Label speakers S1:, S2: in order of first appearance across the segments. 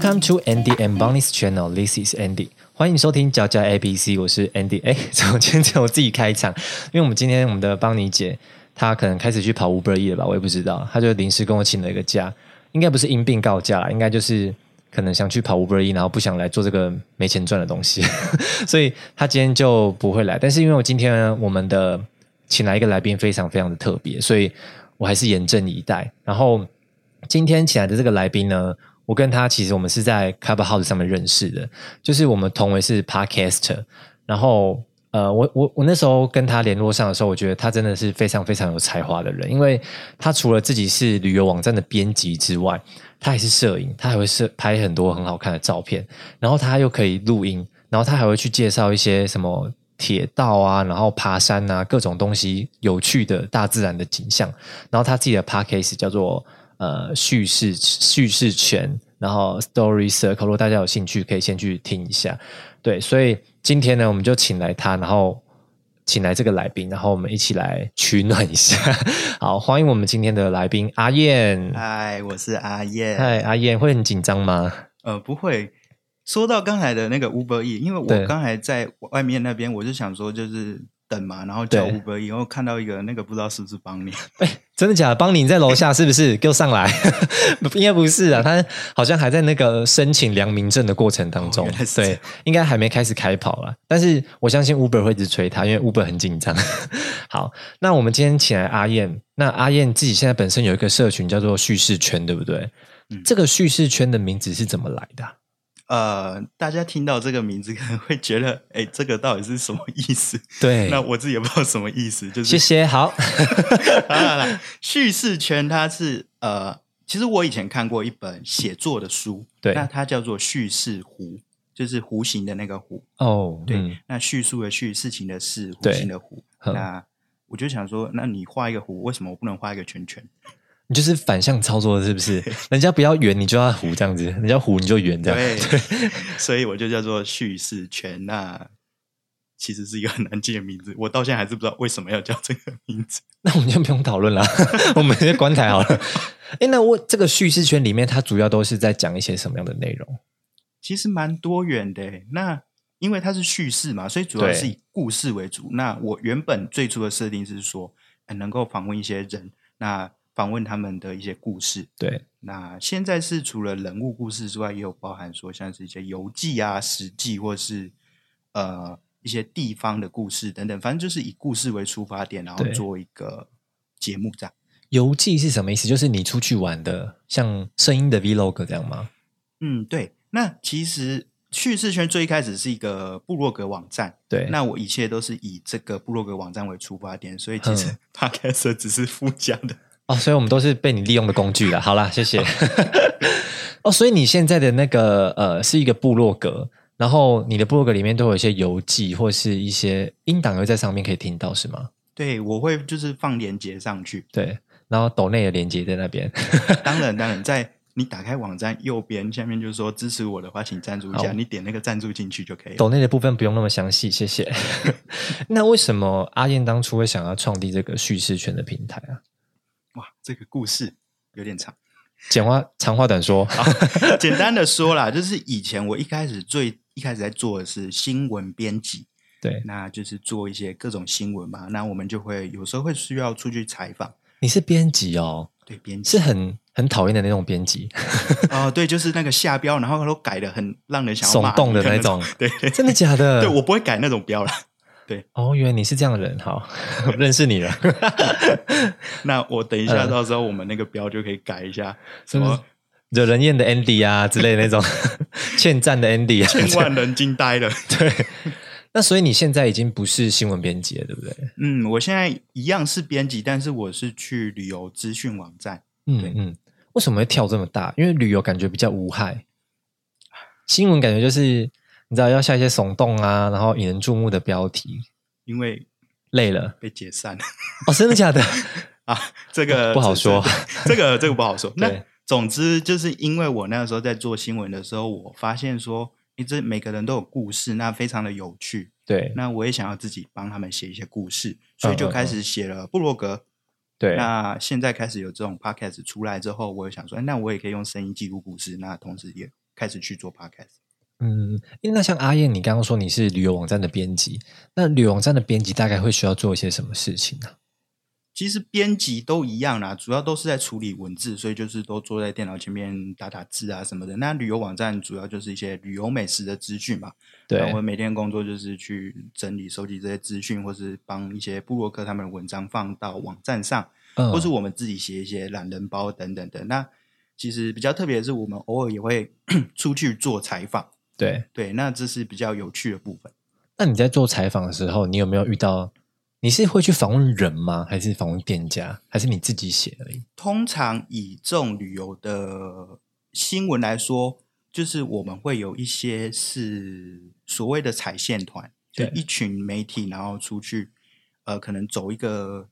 S1: Come to Andy and Bonnie's channel. This is Andy. 欢迎收听教教 ABC，我是 Andy。哎， 怎么今天我自己开场？因为我们今天我们的邦尼姐，她可能开始去跑 Uber E 了吧，我也不知道。她就临时跟我请了一个假，应该不是因病告假啦，应该就是可能想去跑 Uber E，然后不想来做这个没钱赚的东西，所以她今天就不会来。但是因为我今天呢我们的请来一个来宾非常非常的特别，所以我还是严阵以待。然后今天请来的这个来宾呢，我跟他其实我们是在 Clubhouse 上面认识的，就是我们同为是 Podcaster。然后呃，我我我那时候跟他联络上的时候，我觉得他真的是非常非常有才华的人，因为他除了自己是旅游网站的编辑之外，他还是摄影，他还会摄拍很多很好看的照片，然后他又可以录音，然后他还会去介绍一些什么。铁道啊，然后爬山啊，各种东西有趣的大自然的景象。然后他自己的 podcast 叫做呃叙事叙事权，然后 Story Circle，如果大家有兴趣，可以先去听一下。对，所以今天呢，我们就请来他，然后请来这个来宾，然后我们一起来取暖一下。 好，欢迎我们今天的来宾阿燕。
S2: 嗨，我是阿燕。
S1: 嗨，哎阿燕，会很紧张吗？
S2: 呃，不会。说到刚才的那个 Uber E，因为
S1: 对
S2: 我刚才在外面那边，我就想说就是等嘛，然后叫
S1: 对
S2: Uber E，然后看到一个那个不知道是不是帮你，
S1: 真的假的？邦尼在楼下是不是？给我上来！ 应该不是啊，他好像还在那个申请良民证的过程当中，
S2: 哦原来是这样
S1: 对，应该还没开始开跑了。但是我相信 Uber 会一直催他，因为 Uber 很紧张。 好，那我们今天请来阿燕，那阿燕自己现在本身有一个社群叫做叙事圈，对不对？
S2: 嗯
S1: 这个叙事圈的名字是怎么来的啊、
S2: 呃，大家听到这个名字可能会觉得，哎，这个到底是什么意思？
S1: 对，
S2: 那我自己也不知道什么意思，就是
S1: 谢谢。好，
S2: 当然了，叙事圈它是呃，其实我以前看过一本写作的书，
S1: 对
S2: 那它叫做叙事弧，就是弧形的那个弧，
S1: 哦，
S2: 对，
S1: 嗯
S2: 那叙述的叙，事情的事，
S1: 对
S2: 弧形的弧。
S1: 嗯
S2: 那我就想说，那你画一个弧，为什么我不能画一个圈圈？
S1: 你就是反向操作的，是不 是？人家不要圆，你就要弧这样子；人家弧，你就圆这样。
S2: 对， 所以我就叫做叙事圈。那其实是一个很难记的名字，我到现在还是不知道为什么要叫这个名字。
S1: 那我们就不用讨论了， 我们先关台好了。哎，那我这个叙事圈里面，它主要都是在讲一些什么样的内容？
S2: 其实蛮多元的欸。那因为它是叙事嘛，所以主要
S1: 对
S2: 是以故事为主。那我原本最初的设定是说，呃能够访问一些人，那访问他们的一些故事。
S1: 对，
S2: 那现在是除了人物故事之外，也有包含说像是一些游记啊、史记，或是呃一些地方的故事等等，反正就是以故事为出发点，然后
S1: 对
S2: 做一个节目这样。
S1: 游记是什么意思？就是你出去玩的，像声音的 vlog 这样吗？
S2: 嗯，对。那其实叙事圈最一开始是一个部落格网站，
S1: 对，
S2: 那我一切都是以这个部落格网站为出发点，所以其实
S1: 嗯
S2: podcast 只是 附加的。
S1: 哦，所以我们都是被你利用的工具了。好啦，谢谢。 哦，所以你现在的那个呃，是一个部落格，然后你的部落格里面都有一些游记或是一些音档，又在上面可以听到，是吗？
S2: 对，我会就是放链接上去。
S1: 对，然后抖内的连接在那边。
S2: 当然，当然，在你打开网站右边下面就是说支持我的话，请赞助一
S1: 好
S2: 下，你点那个赞助进去就可以了。
S1: 抖内的部分不用那么详细，谢谢。 那为什么阿燕当初会想要创立这个叙事圈的平台啊？
S2: 哇，这个故事有点长。
S1: 简话长话短说，
S2: 啊简单的说啦，就是以前我一开始最一开始在做的是新闻编辑，
S1: 对，
S2: 那就是做一些各种新闻嘛。那我们就会有时候会需要出去采访，
S1: 你是编辑哦，
S2: 对 编辑
S1: 是很很讨厌的那种编辑，
S2: 啊、对，就是那个下标，然后都改的很让人想要骂
S1: 耸动的
S2: 你
S1: 那。种， 嗯
S2: 对，
S1: 真的假的？
S2: 对我不会改那种标啦。
S1: 哦，原来你是这样的人，好， 我认识你了，
S2: 那我等一下，
S1: 嗯
S2: 到时候我们那个标就可以改一下，什
S1: 真的
S2: 么
S1: 是惹人厌的 Andy 啊之类的那种， 欠赞的 Andy 啊，
S2: 千万人惊呆了。
S1: 对。那所以你现在已经不是新闻编辑了，对不对？
S2: 嗯，我现在一样是编辑，但是我是去旅游资讯网站。对
S1: 嗯嗯，为什么会跳这么大？因为旅游感觉比较无害，新闻感觉就是你知道要下一些耸动啊，然后引人注目的标题，
S2: 因为
S1: 累了
S2: 被解散了
S1: 哦，真的假 的？
S2: 啊，这个
S1: 哦不好说，
S2: 这这个 这个不好说。那
S1: 对
S2: 总之就是因为我那个时候在做新闻的时候，我发现说，因为这每个人都有故事，那非常的有趣。
S1: 对
S2: 那我也想要自己帮他们写一些故事，所以
S1: 嗯
S2: 就
S1: 嗯
S2: 开
S1: 嗯
S2: 始写了部落格。
S1: 对，
S2: 那现在开始有这种 podcast 出来之后，我也想说，哎那我也可以用声音记录故事，那同时也开始去做 podcast。
S1: 嗯，诶那像阿燕，你刚刚说你是旅游网站的编辑，那旅游网站的编辑大概会需要做一些什么事情呢、
S2: 其实编辑都一样啦，主要都是在处理文字，所以就是都坐在电脑前面打打字啊什么的。那旅游网站主要就是一些旅游美食的资讯嘛。
S1: 对，
S2: 那我每天工作就是去整理、收集这些资讯，或是帮一些布洛克他们的文章放到网站上，
S1: 嗯
S2: 或是我们自己写一些懒人包等等的。那其实比较特别的是，我们偶尔也会 出去做采访，
S1: 对。
S2: 对，那这是比较有趣的部分。
S1: 那你在做采访的时候，你有没有遇到？你是会去访问人吗？还是访问店家？还是你自己写而已？
S2: 通常以这种旅游的新闻来说，就是我们会有一些是所谓的踩线团，就
S1: 对
S2: 一群媒体然后出去，呃，可能走一个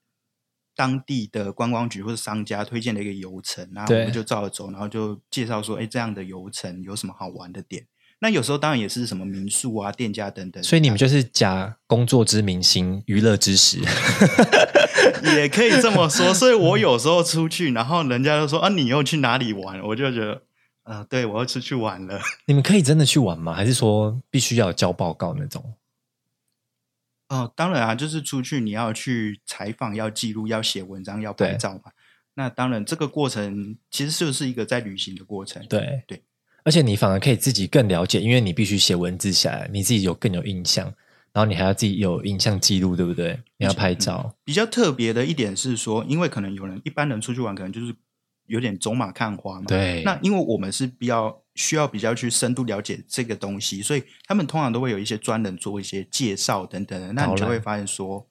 S2: 当地的观光局或者商家推荐的一个游程，然后我
S1: 对
S2: 们就照着走，然后就介绍说，哎，这样的游程有什么好玩的点。那有时候当然也是什么民宿啊、店家等等，
S1: 所以你们就是假工作之明星，娱乐之 实。
S2: 也可以这么说。 所以我有时候出去，然后人家就说啊，你又去哪里玩？我就觉得，呃，对我要出去玩了。
S1: 你们可以真的去玩吗？还是说必须要有交报告那种？
S2: 哦，当然啊，就是出去你要去采访，要记录，要写文章，要拍
S1: 对
S2: 照嘛。那当然，这个过程其实就是一个在旅行的过程。
S1: 对
S2: 对，
S1: 而且你反而可以自己更了解，因为你必须写文字下来，你自己有更有印象，然后你还要自己有印象记录，对不对？你要拍照，
S2: 比较特别的一点是说，因为可能有人一般人出去玩，可能就是有点走马看花嘛。
S1: 对，
S2: 那因为我们是比较需要比较去深度了解这个东西，所以他们通常都会有一些专人做一些介绍等等的，那你
S1: 导
S2: 就
S1: 览
S2: 会发现说，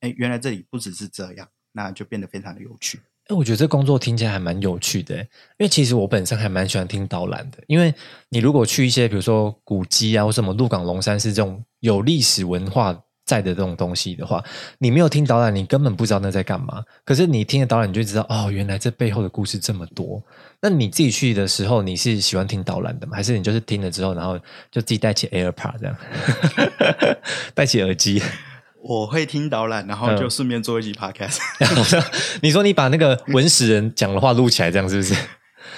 S2: 哎，原来这里不只是这样，那就变得非常的有趣。
S1: 哎，我觉得这工作听起来还蛮有趣的欸，因为其实我本身还蛮喜欢听导览的。因为你如果去一些比如说古迹啊，或什么鹿港龙山寺这种有历史文化在的这种东西的话，你没有听导览，你根本不知道那在干嘛。可是你听了导览，你就知道哦，原来这背后的故事这么多。那你自己去的时候，你是喜欢听导览的吗？还是你就是听了之后，然后就自己戴起 AirPod 这样， 戴起耳机？
S2: 我会听导览，然后就顺便做一集 podcast。
S1: 然后你说你把那个文史人讲的话录起来，这样是不是？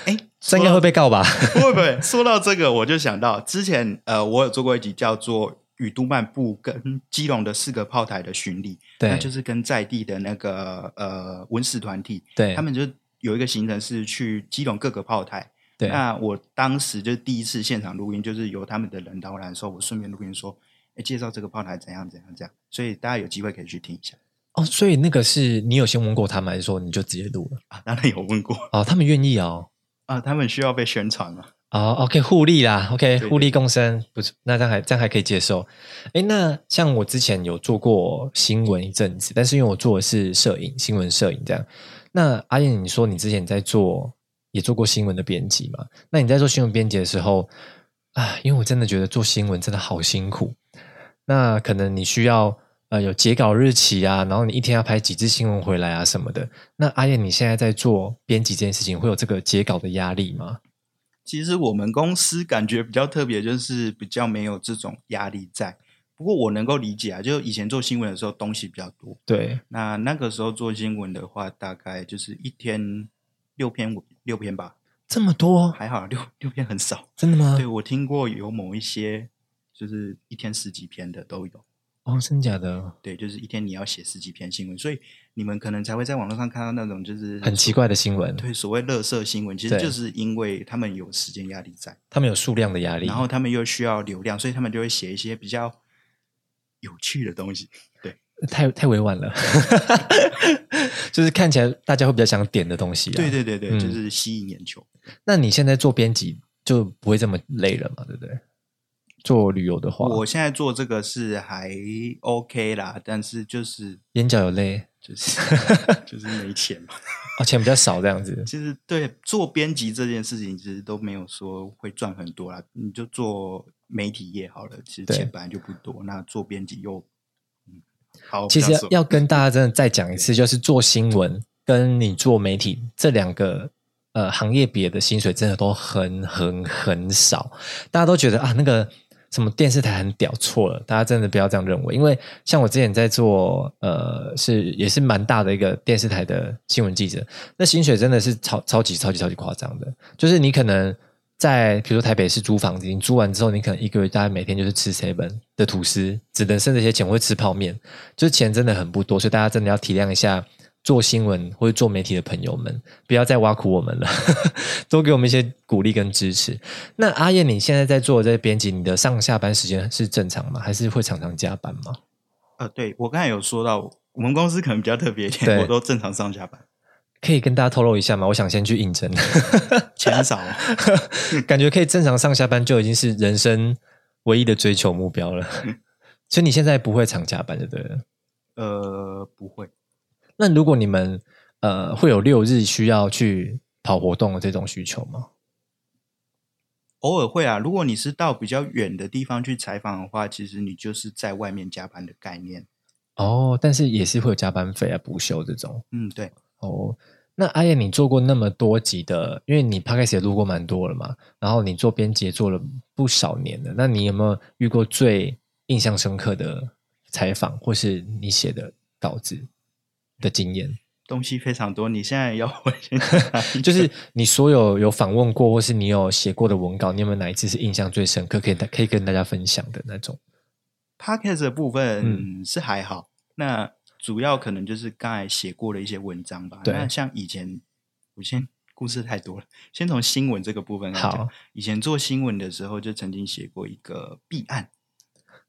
S2: 哎、
S1: 这应该会被告吧？
S2: 不会不会，说到这个，我就想到之前呃，我有做过一集叫做《与都曼部跟基隆的四个炮台的巡礼》，
S1: 对
S2: 那就是跟在地的那个呃文史团体，
S1: 对，
S2: 他们就有一个行程是去基隆各个炮台。
S1: 对
S2: 那我当时就第一次现场录音，就是由他们的人导览的时候，我顺便录音说，哎，介绍这个炮台怎样怎样怎样，所以大家有机会可以去听一下
S1: 哦，所以那个是你有先问过他们，还是说你就直接录了？
S2: 啊。当然有问过
S1: 哦，他们愿意哦。
S2: 啊，他们需要被宣传嘛。
S1: 哦，OK，互利啦，OK，
S2: 对
S1: 互利共生，不是？那这样还这样还可以接受。诶，那像我之前有做过新闻一阵子，但是因为我做的是摄影，新闻摄影这样。那阿燕，你说你之前在做也做过新闻的编辑嘛？那你在做新闻编辑的时候啊，因为我真的觉得做新闻真的好辛苦。那可能你需要呃有截稿日期啊，然后你一天要拍几支新闻回来啊什么的。那阿燕，你现在在做编辑这件事情，会有这个截稿的压力吗？
S2: 其实我们公司感觉比较特别，就是比较没有这种压力在。不过我能够理解啊，就以前做新闻的时候东西比较多，
S1: 对，
S2: 那那个时候做新闻的话，大概就是一天六篇文六篇吧，
S1: 这么多，
S2: 还好六六篇很少。
S1: 真的吗
S2: 对？我听过有某一些就是一天十几篇的都有，
S1: 哦，真假的，
S2: 对，就是一天你要写十几篇新闻，所以你们可能才会在网络上看到那种就是
S1: 很奇怪的新闻，
S2: 对所谓“垃圾新闻”，其实
S1: 对
S2: 就是因为他们有时间压力在。
S1: 他们有数量的压力。
S2: 然后他们又需要流量，所以他们就会写一些比较有趣的东西。
S1: 太太委婉了，就是看起来大家会比较想点的东西、啊。
S2: 对。对对对，就
S1: 嗯
S2: 是吸引眼球。
S1: 那你现在做编辑就不会这么累了嘛？对不对？做旅游的话，
S2: 我现在做这个是还 OK 啦，但是就是
S1: 眼角有泪，
S2: 就是 就是没钱嘛。
S1: 哦，钱比较少这样子。
S2: 其实对做编辑这件事情，其实都没有说会赚很多啦。你就做媒体业好了，其实
S1: 对
S2: 钱本来就不多，那做编辑又嗯好，
S1: 其
S2: 不
S1: 实
S2: 要
S1: 要
S2: 说
S1: 要跟大家真的再讲一次，就是做新闻跟你做媒体这两个呃行业别的薪水真的都很很很少，大家都觉得啊那个什么电视台很屌，错了，大家真的不要这样认为，因为像我之前在做呃是也是蛮大的一个电视台的新闻记者，那薪水真的是超超级超级超级夸张的，就是你可能。在比如说台北市租房子，你租完之后，你可能一个月大概每天就是吃 seven 的吐司，只能剩这些钱，会吃泡面，就是钱真的很不多，所以大家真的要体谅一下做新闻或者做媒体的朋友们，不要再挖苦我们了， 多给我们一些鼓励跟支持。那阿燕，你现在在做的这编辑，你的上下班时间是正常吗？还是会常常加班吗？
S2: 呃，对我刚才有说到，我们公司可能比较特别一点，
S1: 对
S2: 我都正常上下班，
S1: 可以跟大家透露一下吗？我想先去应征，
S2: 钱少。哦
S1: 感觉可以正常上下班就已经是人生唯一的追求目标了。所以你现在不会常加班就对了。
S2: 呃，不会，
S1: 那如果你们呃会有六日需要去跑活动的这种需求吗？
S2: 偶尔会啊。如果你是到比较远的地方去采访的话，其实你就是在外面加班的概念。
S1: 哦，但是也是会有加班费啊、补休这种。
S2: 嗯，对，
S1: 哦，那阿燕，你做过那么多集的，因为你 p 开始也录过蛮多了嘛，然后你做编辑也做了不少年了，那你有没有遇过最印象深刻的采访，或是你写的稿子的经验？
S2: 东西非常多。你现在要我 先讲哪一个，
S1: 就是你所有有访问过，或是你有写过的文稿，你有没有哪一次是印象最深刻，可以可以跟大家分享的那种？
S2: podcast 的部
S1: 嗯
S2: 分是还好，那主要可能就是刚才写过的一些文章吧。
S1: 对
S2: 那像以前，我先故事太多了，先从新闻这个部分来讲
S1: 好。，
S2: 以前做新闻的时候，就曾经写过一个弊案，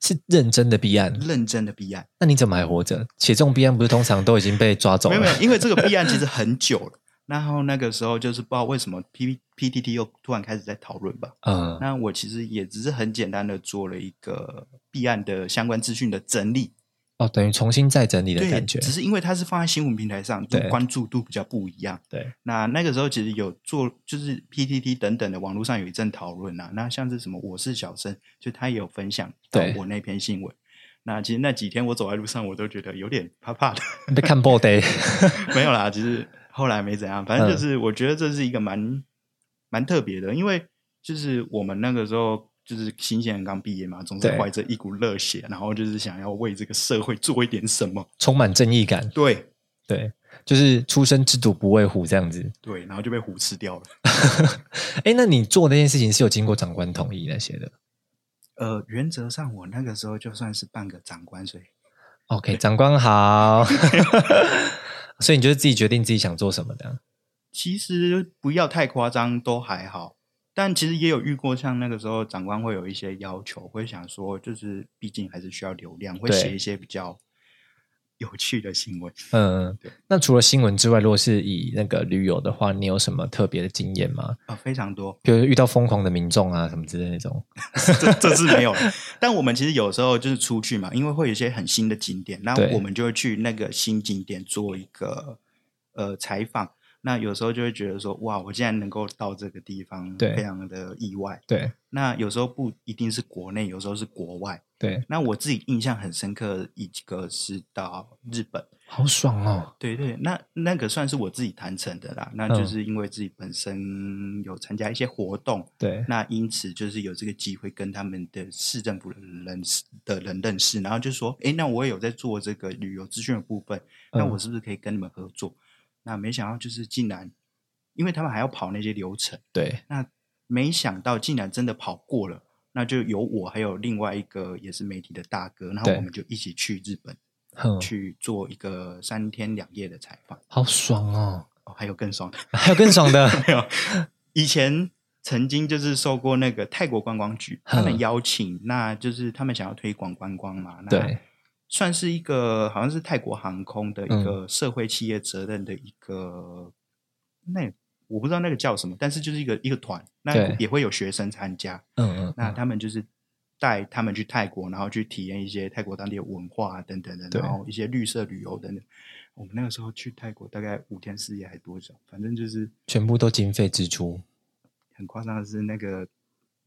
S1: 是认真的弊案。
S2: 认真的弊案。
S1: 那你怎么还活着？写这种弊案不是通常都已经被抓走
S2: 没有没
S1: 了？
S2: 有，因为这个弊案其实很久了。 然后那个时候就是不知道为什么 P P T T 又突然开始在讨论吧。
S1: 嗯，
S2: 那我其实也只是很简单的做了一个弊案的相关资讯的整理，
S1: 哦，等于重新再整理的
S2: 对，
S1: 感觉
S2: 只。是因为它是放在新闻平台上，就
S1: 对
S2: 关注度比较不一样。
S1: 对，
S2: 那那个时候其实有做，就是 PTT 等等的网络上有一阵讨论啊。那像是什么我是小生，就他也有分享到
S1: 对
S2: 我那篇新闻。那其实那几天我走在路上，我都觉得有点怕怕的。
S1: 你在看 b o d y
S2: 没有啦，其实后来没怎样，反正
S1: 嗯
S2: 就是我觉得这是一个蛮蛮特别的，因为就是我们那个时候就是新鲜人刚毕业嘛，总是
S1: 对
S2: 怀着一股热血，然后就是想要为这个社会做一点什么。
S1: 充满正义感。
S2: 对
S1: 对，就是出生之犊不畏虎这样子。
S2: 对，然后就被虎吃掉了。
S1: 哎，那你做那件事情是有经过长官同意那些的
S2: 呃，原则上我那个时候就算是半个长官，所以
S1: ？OK，长官好。 所以你就是自己决定自己想做什么的。啊
S2: 其实不要太夸张，都还好。但其实也有遇过，像那个时候长官会有一些要求，会想说，就是毕竟还是需要流量，会
S1: 对
S2: 写一些比较有趣的新闻。
S1: 嗯，那除了新闻之外，如果是以那个旅游的话，你有什么特别的经验吗？，
S2: 啊、非常多
S1: 比如遇到疯狂的民众啊，什么之类的那种。
S2: 这这是没有了。但我们其实有时候就是出去嘛，因为会有一些很新的景点，那
S1: 对
S2: 我们就会去那个新景点做一个呃采访。那有时候就会觉得说，哇，我竟然能够到这个地方，
S1: 对
S2: 非常的意外。
S1: 对
S2: 那有时候不一定是国内，有时候是国外。
S1: 对，
S2: 那我自己印象很深刻，一个是到日本，
S1: 好爽哦。
S2: 对对，那那个算是我自己谈成的啦。那
S1: 嗯
S2: 就是因为自己本身有参加一些活动，
S1: 对，
S2: 那因此就是有这个机会跟他们的市政府的人的人认识，然后就说，诶，那我也有在做这个旅游资讯的部分，那
S1: 嗯
S2: 我是不是可以跟你们合作？那没想到就是竟然，因为他们还要跑那些流程，
S1: 对
S2: 那没想到竟然真的跑过了。那就由我还有另外一个也是媒体的大哥，然后
S1: 对嗯
S2: 我们就一起去日本
S1: 哼，
S2: 去做一个三天两夜的采访。
S1: 好爽哦。
S2: 哦，还有更爽的，
S1: 还有更爽的，
S2: 没有，以前曾经就是受过那个泰国观光局他们
S1: 嗯
S2: 邀请，那就是他们想要推广观光嘛，那
S1: 对，
S2: 算是一个好像是泰国航空的
S1: 嗯
S2: 一个社会企业责任的一个、那。我不知道那个叫什么，但是就是一个一个团，那
S1: 对
S2: 也会有学生参加，
S1: 嗯嗯
S2: 那
S1: 嗯，
S2: 他们就是带他们去泰国，然后去体验一些泰国当地的文化啊等等的，
S1: 对
S2: 然后一些绿色旅游等等。我们那个时候去泰国大概五天四夜还多久？反正就是
S1: 全部都经费支出，
S2: 很夸张的是，那个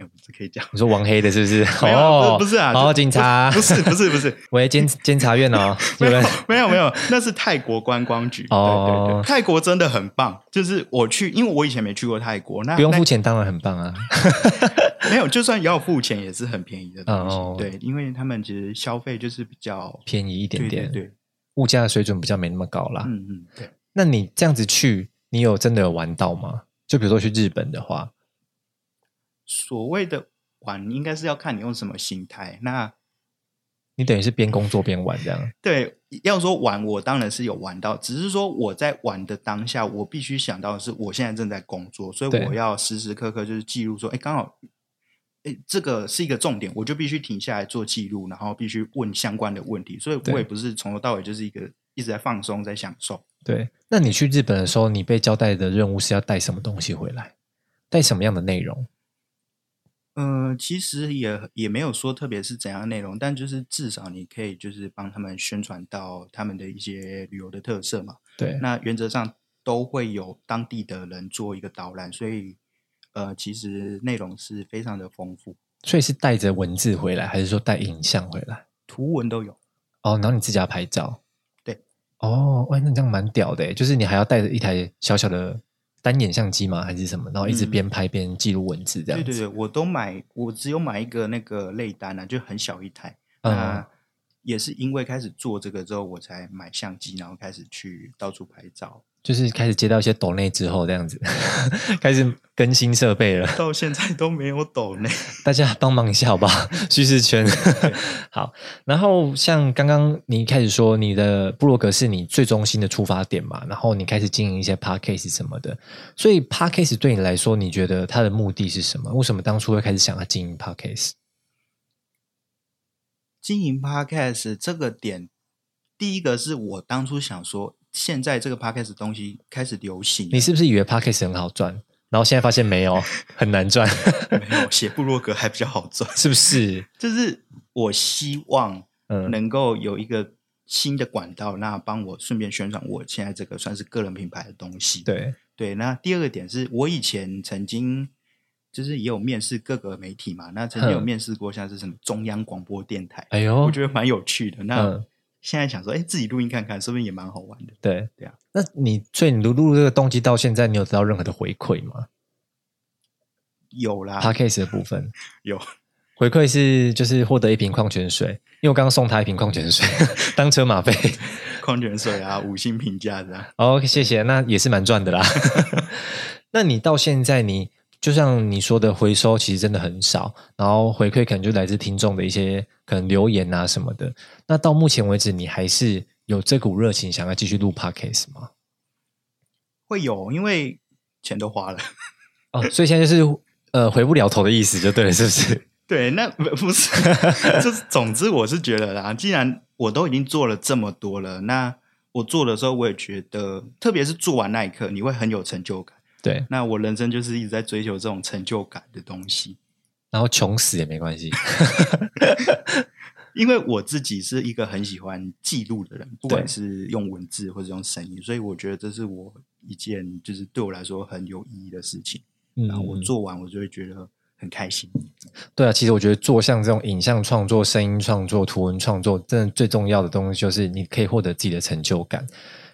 S2: 嗯这可以讲。
S1: 你说王黑的是不是？
S2: 没有啊
S1: 哦，
S2: 不不是啊
S1: 哦，
S2: 这
S1: 警察
S2: 不，是不是不是，
S1: 喂，监监察院哦，
S2: 没
S1: 有
S2: 有
S1: 人
S2: 没有没有，那是泰国观光局。对对
S1: 哦
S2: 对，泰国真的很棒。就是我去，因为我以前没去过泰国，那
S1: 不用
S2: 那
S1: 付钱，当然很棒啊。
S2: 没有，就算要付钱也是很便宜的东西。
S1: 哦哦
S2: 对，因为他们其实消费就是比较
S1: 便宜一点点，
S2: 对对对，
S1: 物价的水准比较没那么高啦。
S2: 嗯嗯，对。
S1: 那你这样子去，你有真的有玩到吗？就比如说去日本的话，
S2: 所谓的玩，应该是要看你用什么心态。那
S1: 你等于是边工作边玩这样。
S2: 对，要说玩，我当然是有玩到，只是说我在玩的当下，我必须想到的是，我现在正在工作，所以
S1: 对
S2: 我要时时刻刻就是记录说，哎，刚好，哎，这个是一个重点，我就必须停下来做记录，然后必须问相关的问题，所以
S1: 对
S2: 我也不是从头到尾就是一个一直在放松，在享受。
S1: 对，那你去日本的时候，你被交代的任务是要带什么东西回来？带什么样的内容？
S2: 嗯、其实也也没有说特别是怎样的内容，但就是至少你可以就是帮他们宣传到他们的一些旅游的特色嘛。
S1: 对，
S2: 那原则上都会有当地的人做一个导览，所以呃，其实内容是非常的丰富，
S1: 所以是带着文字回来，还是说带影像回来？
S2: 图文都有。
S1: 哦，然后你自己要拍照。
S2: 对。
S1: 哦，喂，那这样蛮屌的耶，就是你还要带着一台小小的单眼相机吗？还是什么？然后一直
S2: 嗯
S1: 边拍边记录文字这样
S2: 对
S1: 子。
S2: 对对，我都买，我只有买一个那个类单啊，就很小一台。
S1: 嗯
S2: 那也是因为开始做这个之后，我才买相机，然后开始去到处拍照。
S1: 就是开始接到一些抖内之后，这样子 开始更新设备了，
S2: 到现在都没有抖呢。
S1: 大家帮忙一下好不好？ 叙事圈 好。然后像刚刚你一开始说，你的部落格是你最中心的出发点嘛，然后你开始经营一些 podcast 什么的，所以 podcast 对你来说，你觉得它的目的是什么？为什么当初会开始想要经营 podcast？
S2: 经营 podcast 这个点，第一个是我当初想说，现在这个 podcast 东西开始流行了，
S1: 你是不是以为 podcast 很好赚，然后现在发现没有，很难赚，
S2: 没有写部落格还比较好赚。
S1: 是不是？
S2: 就是我希望
S1: 嗯，
S2: 能够有一个新的管道，那帮我顺便宣传我现在这个算是个人品牌的东西。
S1: 对，
S2: 对，那第二个点是我以前曾经就是也有面试各个媒体嘛，那曾经有
S1: 嗯
S2: 面试过像是什么中央广播电台，
S1: 哎呦，
S2: 我觉得蛮有趣的。那
S1: 嗯
S2: 现在想说，哎，自己录音看看，说不定也蛮好玩的。
S1: 对
S2: 对啊。
S1: 那你所以你录录这个动机到现在，你有得到任何的回馈吗
S2: 有啦，
S1: ？Podcast 的部分
S2: 有，
S1: 回馈是就是获得一瓶矿泉水，因为我刚刚送他一瓶矿泉水 当车马费。
S2: 矿泉水啊，五星评价这样。
S1: 哦，谢谢，那也是蛮赚的啦。 那你到现在你。就像你说的，回收其实真的很少，然后回馈可能就来自听众的一些可能留言啊什么的。那到目前为止，你还是有这股热情想要继续录 podcast 吗？
S2: 会有，因为钱都花了。
S1: 哦，所以现在就是呃回不了头的意思，就对了，是不是？
S2: 对，那不不是， 就是总之我是觉得啦，既然我都已经做了这么多了，那我做的时候我也觉得，特别是做完那一刻，你会很有成就感。
S1: 对，
S2: 那我人生就是一直在追求这种成就感的东西，
S1: 然后穷死也没关系。嗯
S2: 因为我自己是一个很喜欢记录的人，不
S1: 对
S2: 管是用文字或者用声音，所以我觉得这是我一件就是对我来说很有意义的事情。
S1: 嗯
S2: 然后我做完，我就会觉得很开心。
S1: 对啊，其实我觉得做像这种影像创作、声音创作、图文创作，真的最重要的东西就是你可以获得自己的成就感。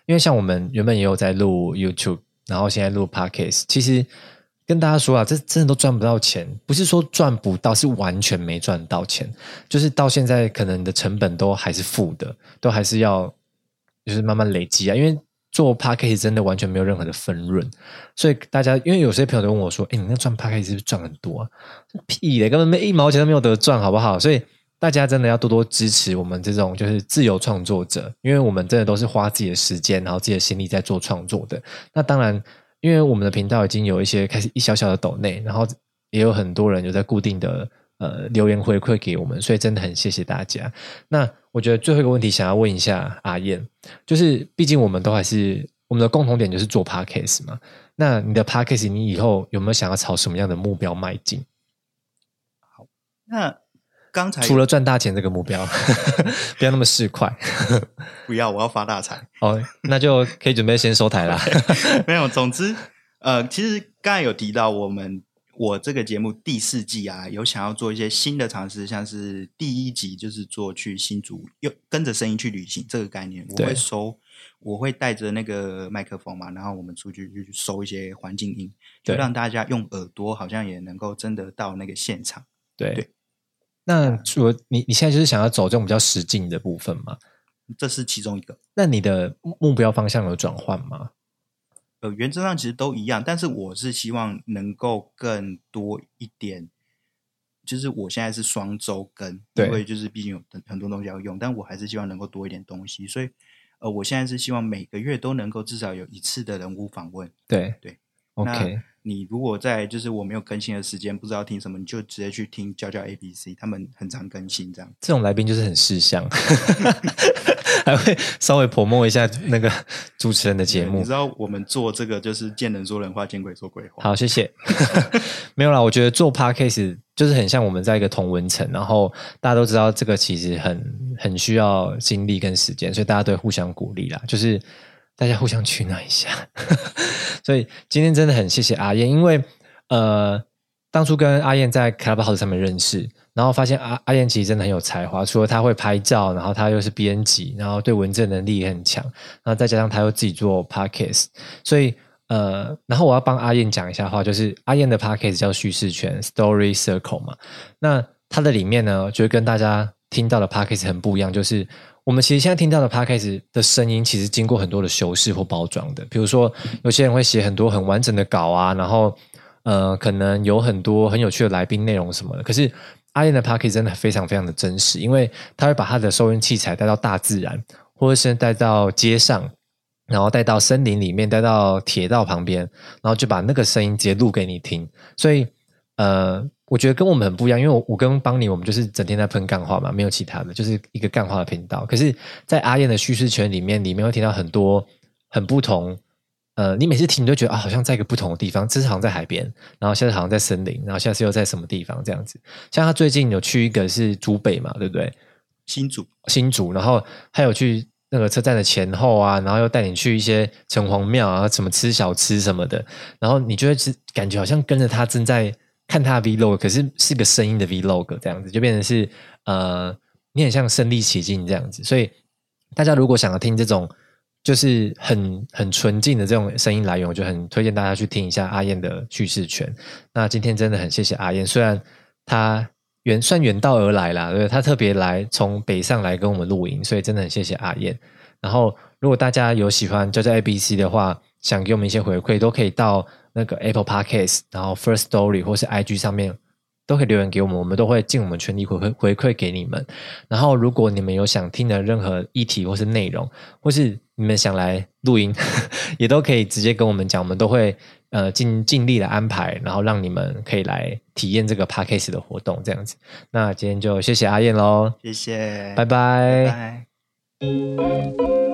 S1: 因为像我们原本也有在录 YouTube，然后现在录 Podcast，其实跟大家说啊，这真的都赚不到钱，不是说赚不到，是完全没赚到钱，就是到现在可能你的成本都还是负的，都还是要就是慢慢累积啊，因为。做 p a c k a g e 真的完全没有任何的分润，所以大家因为有些朋友都问我说：“哎、你那赚 p a c k a g e 是不是赚很多啊？”屁嘞，根本没一毛钱都没有得赚，好不好？所以大家真的要多多支持我们这种就是自由创作者，因为我们真的都是花自己的时间，然后自己的心力在做创作的。那当然，因为我们的频道已经有一些开始一小小的抖内，然后也有很多人有在固定的呃留言回馈给我们，所以真的很谢谢大家。那我觉得最后一个问题想要问一下阿燕，就是毕竟我们都还是我们的共同点就是做 podcast 嘛，那你的 podcast 你以后有没有想要朝什么样的目标迈进？
S2: 那刚才
S1: 除了赚大钱这个目标， 不要那么市侩
S2: 不要，我要发大财。
S1: 哦，那就可以准备先收台啦。
S2: 没有，总之，呃，其实刚才有提到我们，我这个节目第四季啊，有想要做一些新的尝试，像是第一集就是做去新竹，又跟着声音去旅行这个概念，我
S1: 对
S2: 会收，我会带着那个麦克风嘛，然后我们出去就去收一些环境音，就
S1: 对
S2: 让大家用耳朵好像也能够真的到那个现场。
S1: 对。
S2: 对
S1: 那除了你，你现在就是想要走这种比较实境的部分嘛？
S2: 这是其中一个。
S1: 那你的目标方向有转换吗？
S2: 呃，原则上其实都一样，但是我是希望能够更多一点。就是我现在是双周更，
S1: 对
S2: 因为就是毕竟有很很多东西要用，但我还是希望能够多一点东西，所以呃，我现在是希望每个月都能够至少有一次的人物访问。
S1: 对
S2: 对
S1: ，OK，
S2: 你如果在就是我没有更新的时间不知道听什么，你就直接去听教教 A B C，他们很常更新这样。
S1: 这种来宾就是很识相， 还会稍微泼墨一下那个主持人的节
S2: 对
S1: 目
S2: 你知。道我们做这个就是见人说人话，见鬼说鬼话。
S1: 好，谢 谢。没有啦，我觉得做 podcast 就是很像我们在一个同文层，然后大家都知道这个其实很很需要精力跟时间，所以大家都会互相鼓励啦，就是大家互相取暖一下。 所以今天真的很谢谢阿燕，因为呃，当初跟阿燕在 Clubhouse 上面认识，然后发现阿阿燕其实真的很有才华，除了她会拍照，然后她又是编辑，然后对文字能力也很强，然后再加上她又自己做 podcast，所以呃，然后我要帮阿燕讲一下话，就是阿燕的 podcast 叫叙事圈 Story Circle 嘛，那它的里面呢，就会跟大家听到的 podcast 很不一样，就是我们其实现在听到的 podcast 的声音，其实经过很多的修饰或包装的。比如说，有些人会写很多很完整的稿啊，然后呃，可能有很多很有趣的来宾内容什么的。可是阿燕的 podcast 真的非常非常的真实，因为他会把他的收音器材带到大自然，或者是带到街上。然后带到森林里面，带到铁道旁边，然后就把那个声音直接录给你听。所以呃，我觉得跟我们很不一样，因为我我跟邦尼，我们就是整天在喷干话嘛，没有其他的，就是一个干话的频道。可是，在阿燕的叙事圈里面，里面会听到很多很不同。呃，你每次听你都觉得啊，好像在一个不同的地方，这次好像在海边，然后下次好像在森林，然后下次又在什么地方这样子。像他最近有去一个是竹北嘛，对不对？
S2: 新主
S1: 新竹，然后还有去那个车站的前后啊，然后又带你去一些城隍庙啊，什么吃小吃什么的，然后你就会只感觉好像跟着他正在看他的 vlog，可是是个声音的 vlog 这样子，就变成是呃，你很像身临其境这样子。所以大家如果想要听这种就是很很纯净的这种声音来源，我就很推荐大家去听一下阿燕的叙事权。那今天真的很谢谢阿燕，虽然她远算远道而来啦，对，她特别来从北上来跟我们录音，所以真的很谢谢阿燕。然后，如果大家有喜欢就在 ABC 的话，想给我们一些回馈，都可以到那个 Apple Podcast，然后 First Story 或是 IG 上面都可以留言给我们，我们都会尽我们全力回馈回馈给你们。然后，如果你们有想听的任何议题或是内容，或是你们想来录音， 也都可以直接跟我们讲，我们都会呃尽尽力的安排，然后让你们可以来体验这个 podcast 的活动这样子。那今天就谢谢阿燕喽，
S2: 谢谢，
S1: 拜
S2: 拜
S1: 拜
S2: 拜